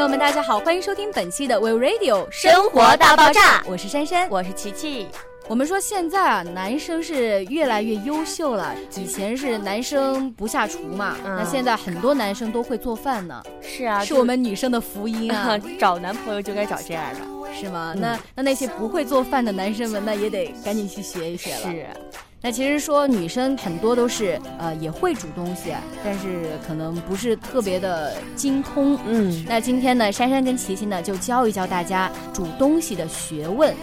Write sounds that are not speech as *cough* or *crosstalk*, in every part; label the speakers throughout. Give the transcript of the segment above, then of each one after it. Speaker 1: 友们，大家好，欢迎收听本期的 We Radio
Speaker 2: 生活大爆炸
Speaker 1: 我是珊珊。
Speaker 2: 我是琪琪，
Speaker 1: 我们说现在啊，男生是越来越优秀了，以前是男生不下厨嘛，
Speaker 2: 嗯
Speaker 1: 那现在很多男生都会做饭呢，
Speaker 2: 是啊，
Speaker 1: 是
Speaker 2: 就
Speaker 1: 我
Speaker 2: *laughs*
Speaker 1: 们女生的福音 *laughs* 啊，
Speaker 2: 找男朋友就该找这样的，
Speaker 1: 是吗？
Speaker 2: 嗯
Speaker 1: 那那那些不会做饭的男生们，那也得赶紧去学一学了。
Speaker 2: 是，
Speaker 1: 那其实说女生很多都是呃也会煮东西，但是可能不是特别的精通。
Speaker 2: 嗯，
Speaker 1: 那今天呢，珊珊跟琪琪呢就教一教大家煮东西的学问。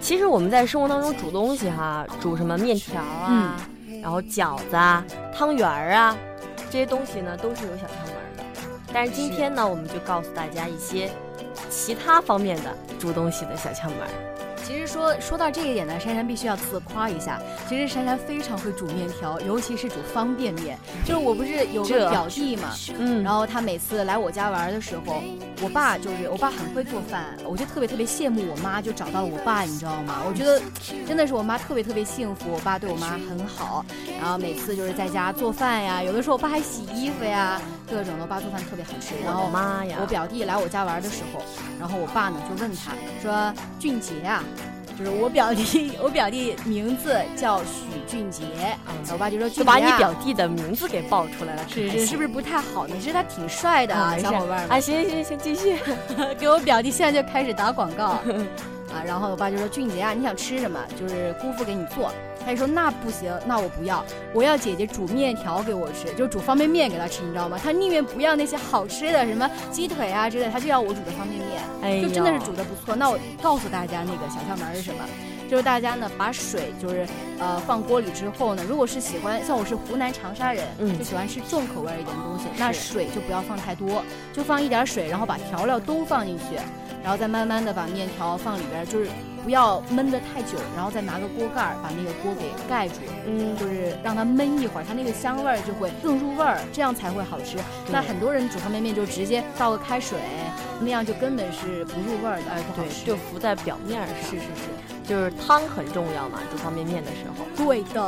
Speaker 2: 其实我们在生活当中煮东西哈，煮什么面条啊，
Speaker 1: 嗯
Speaker 2: 然后饺子啊、汤圆儿啊，这些东西呢都是有小窍门儿的。但是今天呢，我们就告诉大家一些其他方面的煮东西的小窍门儿。
Speaker 1: 其实说说到这一点呢，珊珊必须要自夸一下。其实珊珊非常会煮面条，尤其是煮方便面。就是我不是有
Speaker 2: 这
Speaker 1: 个表弟嘛，
Speaker 2: 嗯
Speaker 1: 然后他每次来我家玩的时候，我爸就是我爸很会做饭，我就特别特别羡慕我妈，就找到了我爸，你知道吗？我觉得真的是我妈特别特别幸福，我爸对我妈很好，然后每次就是在家做饭呀，有的时候我爸还洗衣服呀，各种的，我爸做饭特别好吃。然
Speaker 2: 我
Speaker 1: 后
Speaker 2: 的妈呀，
Speaker 1: 我表弟来我家玩的时候，然后我爸呢就问他说：“俊杰啊，就是我表弟， *laughs* 我表弟名字叫许俊杰。”然后我爸就说：“
Speaker 2: 就
Speaker 1: 俊杰、
Speaker 2: 把
Speaker 1: 啊，
Speaker 2: 你表弟的名字给报出来了，
Speaker 1: 是是是不是
Speaker 2: 是
Speaker 1: 不太好呢？其实他挺帅的啊，小伙伴
Speaker 2: 啊，
Speaker 1: 们，
Speaker 2: 行行行，继续。
Speaker 1: 给我表弟现在就开始打广告
Speaker 2: *laughs*
Speaker 1: 啊。然后我爸就说：俊杰啊，你想吃什么？就是姑父给你做。”他就说：“那不行，那我不要，我要姐姐煮面条给我吃，就煮方便面给他吃，你知道吗？他宁愿不要那些好吃的什么鸡腿啊之类的，他就要我煮的方便面。”
Speaker 2: 哎呦，
Speaker 1: 就真的是煮的不错。那我告诉大家那个小窍门儿是什么，就是大家呢把水就是呃放锅里之后呢，如果是喜欢像我是湖南长沙人，
Speaker 2: 嗯
Speaker 1: 就喜欢吃重口味儿一点的东西，那
Speaker 2: 是
Speaker 1: 水就不要放太多，就放一点儿水，然后把调料都放进去，然后再慢慢的把面条放里边儿，就是不要焖的太久，然后再拿个锅盖儿把那个锅给盖住。
Speaker 2: 嗯，
Speaker 1: 就是让它焖一会儿，它那个香味儿就会更入味儿，这样才会好吃。那很多人煮方便面就直接倒个开水，那样就根本是不入味儿的，而不好
Speaker 2: 对，
Speaker 1: 吃。
Speaker 2: 就浮在表面上。
Speaker 1: 是是是，
Speaker 2: 就是汤很重要嘛，煮方便面的时候。
Speaker 1: 对的。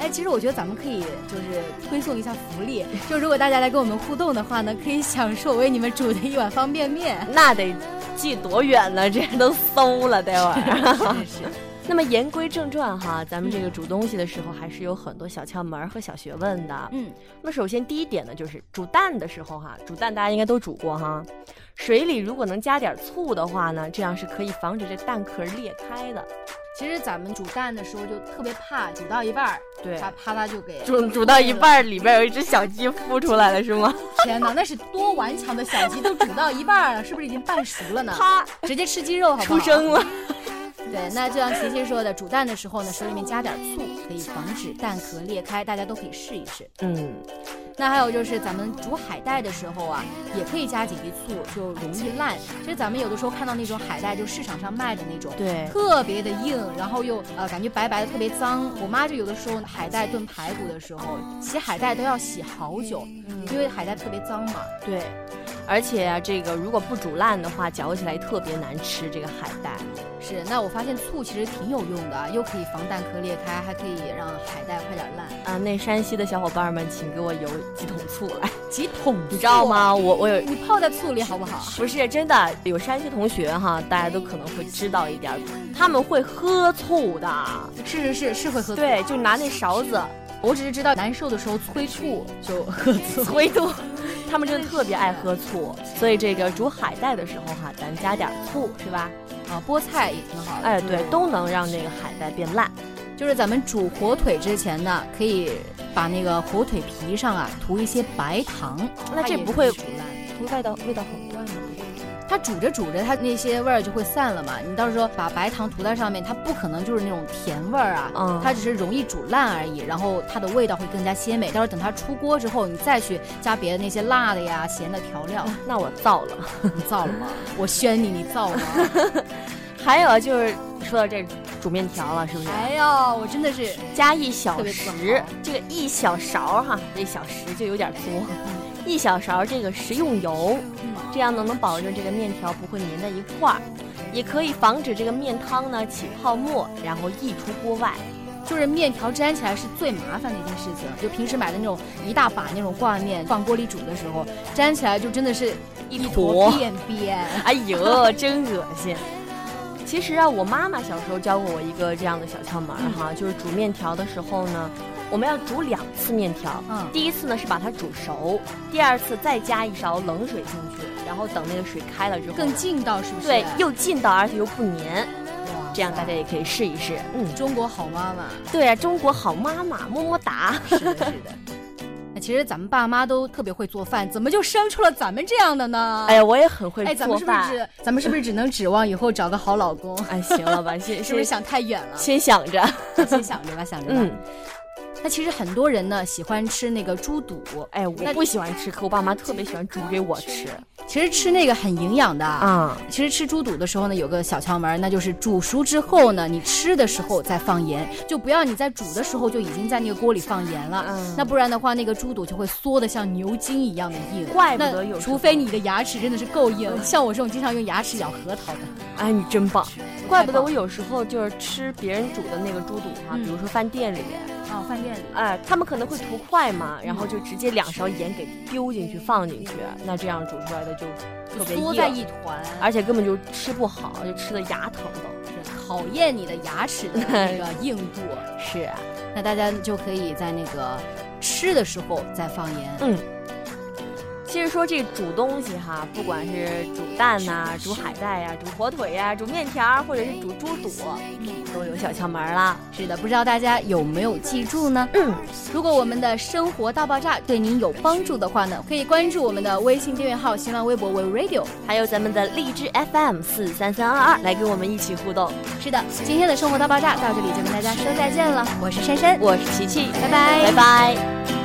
Speaker 1: 哎，其实我觉得咱们可以就是推送一下福利，就如果大家来跟我们互动的话呢，可以享受我为你们煮的一碗方便 *laughs* 面。
Speaker 2: 那得寄多远呢？这都馊了，待会儿。
Speaker 1: 是是，
Speaker 2: *laughs* 那么言归正传哈，咱们这个煮东西的时候还是有很多小窍门儿和小学问的。
Speaker 1: 嗯，
Speaker 2: 那么首先第一点呢，就是煮蛋的时候哈，煮蛋大家应该都煮过哈，水里如果能加点醋的话呢，这样是可以防止这蛋壳裂开的。
Speaker 1: 其实咱们煮蛋的时候就特别怕煮到一半儿，
Speaker 2: 对，
Speaker 1: 把啪嗒就给。
Speaker 2: 煮煮到一半儿，里边有一只小鸡孵出来了是吗？
Speaker 1: 天哪，那是多顽强的小鸡，都煮到一半儿了，是不是已经半熟 *laughs* 了呢？
Speaker 2: 啪，
Speaker 1: 直接吃鸡肉好不好？
Speaker 2: 出生了。
Speaker 1: 对，那就像琪琪说的，煮蛋的时候呢，手里面加点醋，可以防止蛋壳裂开，大家都可以试一试。
Speaker 2: 嗯，
Speaker 1: 那还有就是咱们煮海带的时候啊，也可以加几滴醋，就容易烂。其实咱们有的时候看到那种海带，就市场上卖的那种。
Speaker 2: 对，
Speaker 1: 特别的硬，然后又呃感觉白白的，特别脏。我妈就有的时候海带炖排骨的时候，洗海带都要洗好久，
Speaker 2: 嗯
Speaker 1: 因为海带特别脏嘛。
Speaker 2: 对，而且啊，这个如果不煮烂的话，嚼起来特别难吃。这个海带，
Speaker 1: 是，那我发现醋其实挺有用的，啊又可以防蛋壳裂开，还可以让海带快点烂。
Speaker 2: 啊，那山西的小伙伴们，请给我邮几桶醋来，
Speaker 1: 几桶，
Speaker 2: 你知道？吗？我我有。
Speaker 1: 你泡在醋里好不好？
Speaker 2: 不是真的，有山西同学哈，大家都可能会知道一点儿，他们会喝醋的，
Speaker 1: 是是是是会喝醋。
Speaker 2: 对，，就拿那勺 *laughs* 子
Speaker 1: 我只是知道难受的时候催醋就喝醋。
Speaker 2: 催醋，他们真的特别爱喝醋，所以这个煮海带的时候哈，咱加点儿醋是吧？
Speaker 1: 啊，菠菜也挺好的。
Speaker 2: 哎，
Speaker 1: 就
Speaker 2: 对，都能让这个海带变烂。
Speaker 1: 就是咱们煮火腿之前呢，可以把那个火腿皮上啊涂一些白糖，
Speaker 2: 那
Speaker 1: 它
Speaker 2: 这
Speaker 1: 也
Speaker 2: 不会
Speaker 1: 煮烂。
Speaker 2: 味道味道很怪吗？
Speaker 1: 它煮着煮着，它那些味儿就会散了嘛。你到时候把白糖涂在上面，它不可能就是那种甜味儿啊，
Speaker 2: 嗯
Speaker 1: 它只是容易煮烂而已。然后它的味道会更加鲜美。到时候等它出锅之后，你再去加别的那些辣的呀、咸的调料，
Speaker 2: 那我造了。
Speaker 1: 你造了吗？我宣你，你造了
Speaker 2: *laughs*
Speaker 1: 吗？
Speaker 2: 还有就是说到这煮面条了，是不是？
Speaker 1: 哎呦，我真的是
Speaker 2: 加一小
Speaker 1: 特别自
Speaker 2: 时
Speaker 1: 豪，
Speaker 2: 这个一小勺哈，这小时就有点多，
Speaker 1: 嗯
Speaker 2: 一小勺这个食用油，这样呢能保证这个面条不会粘在一块儿。也可以防止这个面汤呢起泡沫，然后溢出锅外。
Speaker 1: 就是面条粘起来是最麻烦的一件事情。就平时买的那种一大把那种挂面，放锅里煮的时候，粘起来就真的是
Speaker 2: 一
Speaker 1: 坨
Speaker 2: 坨
Speaker 1: 便便。
Speaker 2: *laughs* 哎呦，真恶心！其实啊，我妈妈小时候教过我一个这样的小窍门儿
Speaker 1: 嗯
Speaker 2: 哈，就是煮面条的时候呢，我们要煮两次面条。
Speaker 1: 嗯
Speaker 2: 第一次呢是把它煮熟，第二次再加一勺冷水进去，然后等那个水开了之后，
Speaker 1: 更劲道是不是？
Speaker 2: 对，又劲道，而且又不粘，
Speaker 1: 哇
Speaker 2: 这样大家也可以试一试。嗯，
Speaker 1: 中国好妈妈。
Speaker 2: 对啊，中国好妈妈，么么哒。
Speaker 1: 是的，是的。 *laughs* 那其实咱们爸妈都特别会做饭，怎么就生出了咱们这样的呢？
Speaker 2: 哎呀，我也很会
Speaker 1: 嗯哎，咱们
Speaker 2: 做
Speaker 1: 是不是
Speaker 2: 饭。
Speaker 1: 只咱们是不是只能指望以后找个好老
Speaker 2: *laughs*
Speaker 1: 公？
Speaker 2: 哎，行
Speaker 1: *laughs*
Speaker 2: 了吧，先
Speaker 1: 是不是
Speaker 2: 先
Speaker 1: 想太远
Speaker 2: *laughs*
Speaker 1: 了？
Speaker 2: 先想着，
Speaker 1: 先想着吧，想着吧。
Speaker 2: 嗯，
Speaker 1: 那其实很多人呢喜欢吃那个猪肚，
Speaker 2: 哎，我不喜欢吃，可我爸妈特别喜欢煮给我吃
Speaker 1: 其实吃那个很营养的。
Speaker 2: 啊。
Speaker 1: 其实吃猪肚的时候呢，有个小窍门儿，那就是煮熟之后呢，你吃的时候再放盐，就不要你在煮的时候就已经在那个锅里放盐了。
Speaker 2: 嗯
Speaker 1: 那不然的话，那个猪肚就会缩得像牛筋一样的硬。
Speaker 2: 怪不
Speaker 1: 那
Speaker 2: 得有时候
Speaker 1: 除非你的牙齿真的是够硬，像我这种经常用牙齿咬核桃的，
Speaker 2: 哎，你真棒！怪不得我有时候就是吃别人煮的那个猪肚哈，
Speaker 1: 嗯
Speaker 2: 比如说饭店里，
Speaker 1: 啊，饭店里。
Speaker 2: 哎，他们可能会图快嘛，
Speaker 1: 嗯
Speaker 2: 然后就直接两勺盐给丢进去放进去，那这样煮出来的就特别
Speaker 1: 缩在
Speaker 2: 硬，
Speaker 1: 一团，
Speaker 2: 而且根本就吃不好，就吃的牙疼都。
Speaker 1: 考验你的牙齿的那个硬度。
Speaker 2: 是啊，
Speaker 1: 那大家就可以在那个吃的时候再放盐。
Speaker 2: 嗯其实说这煮东西哈，不管是煮蛋呐、煮海带呀、煮火腿呀、煮面条儿，或者是煮猪肚，
Speaker 1: 嗯
Speaker 2: 都有小窍门儿啦。
Speaker 1: 是的，不知道大家有没有记住呢？
Speaker 2: 嗯，
Speaker 1: 如果我们的生活大爆炸对您有帮助的话呢，可以关注我们的微信订阅号、新浪微博为 Radio。
Speaker 2: 还有咱们的荔枝 FM 四三三二二，来跟我们一起互动。
Speaker 1: 是的，今天的生活大爆炸到这里就跟大家说再见了，我是珊珊，
Speaker 2: 我是琪琪，
Speaker 1: 拜拜
Speaker 2: 拜拜。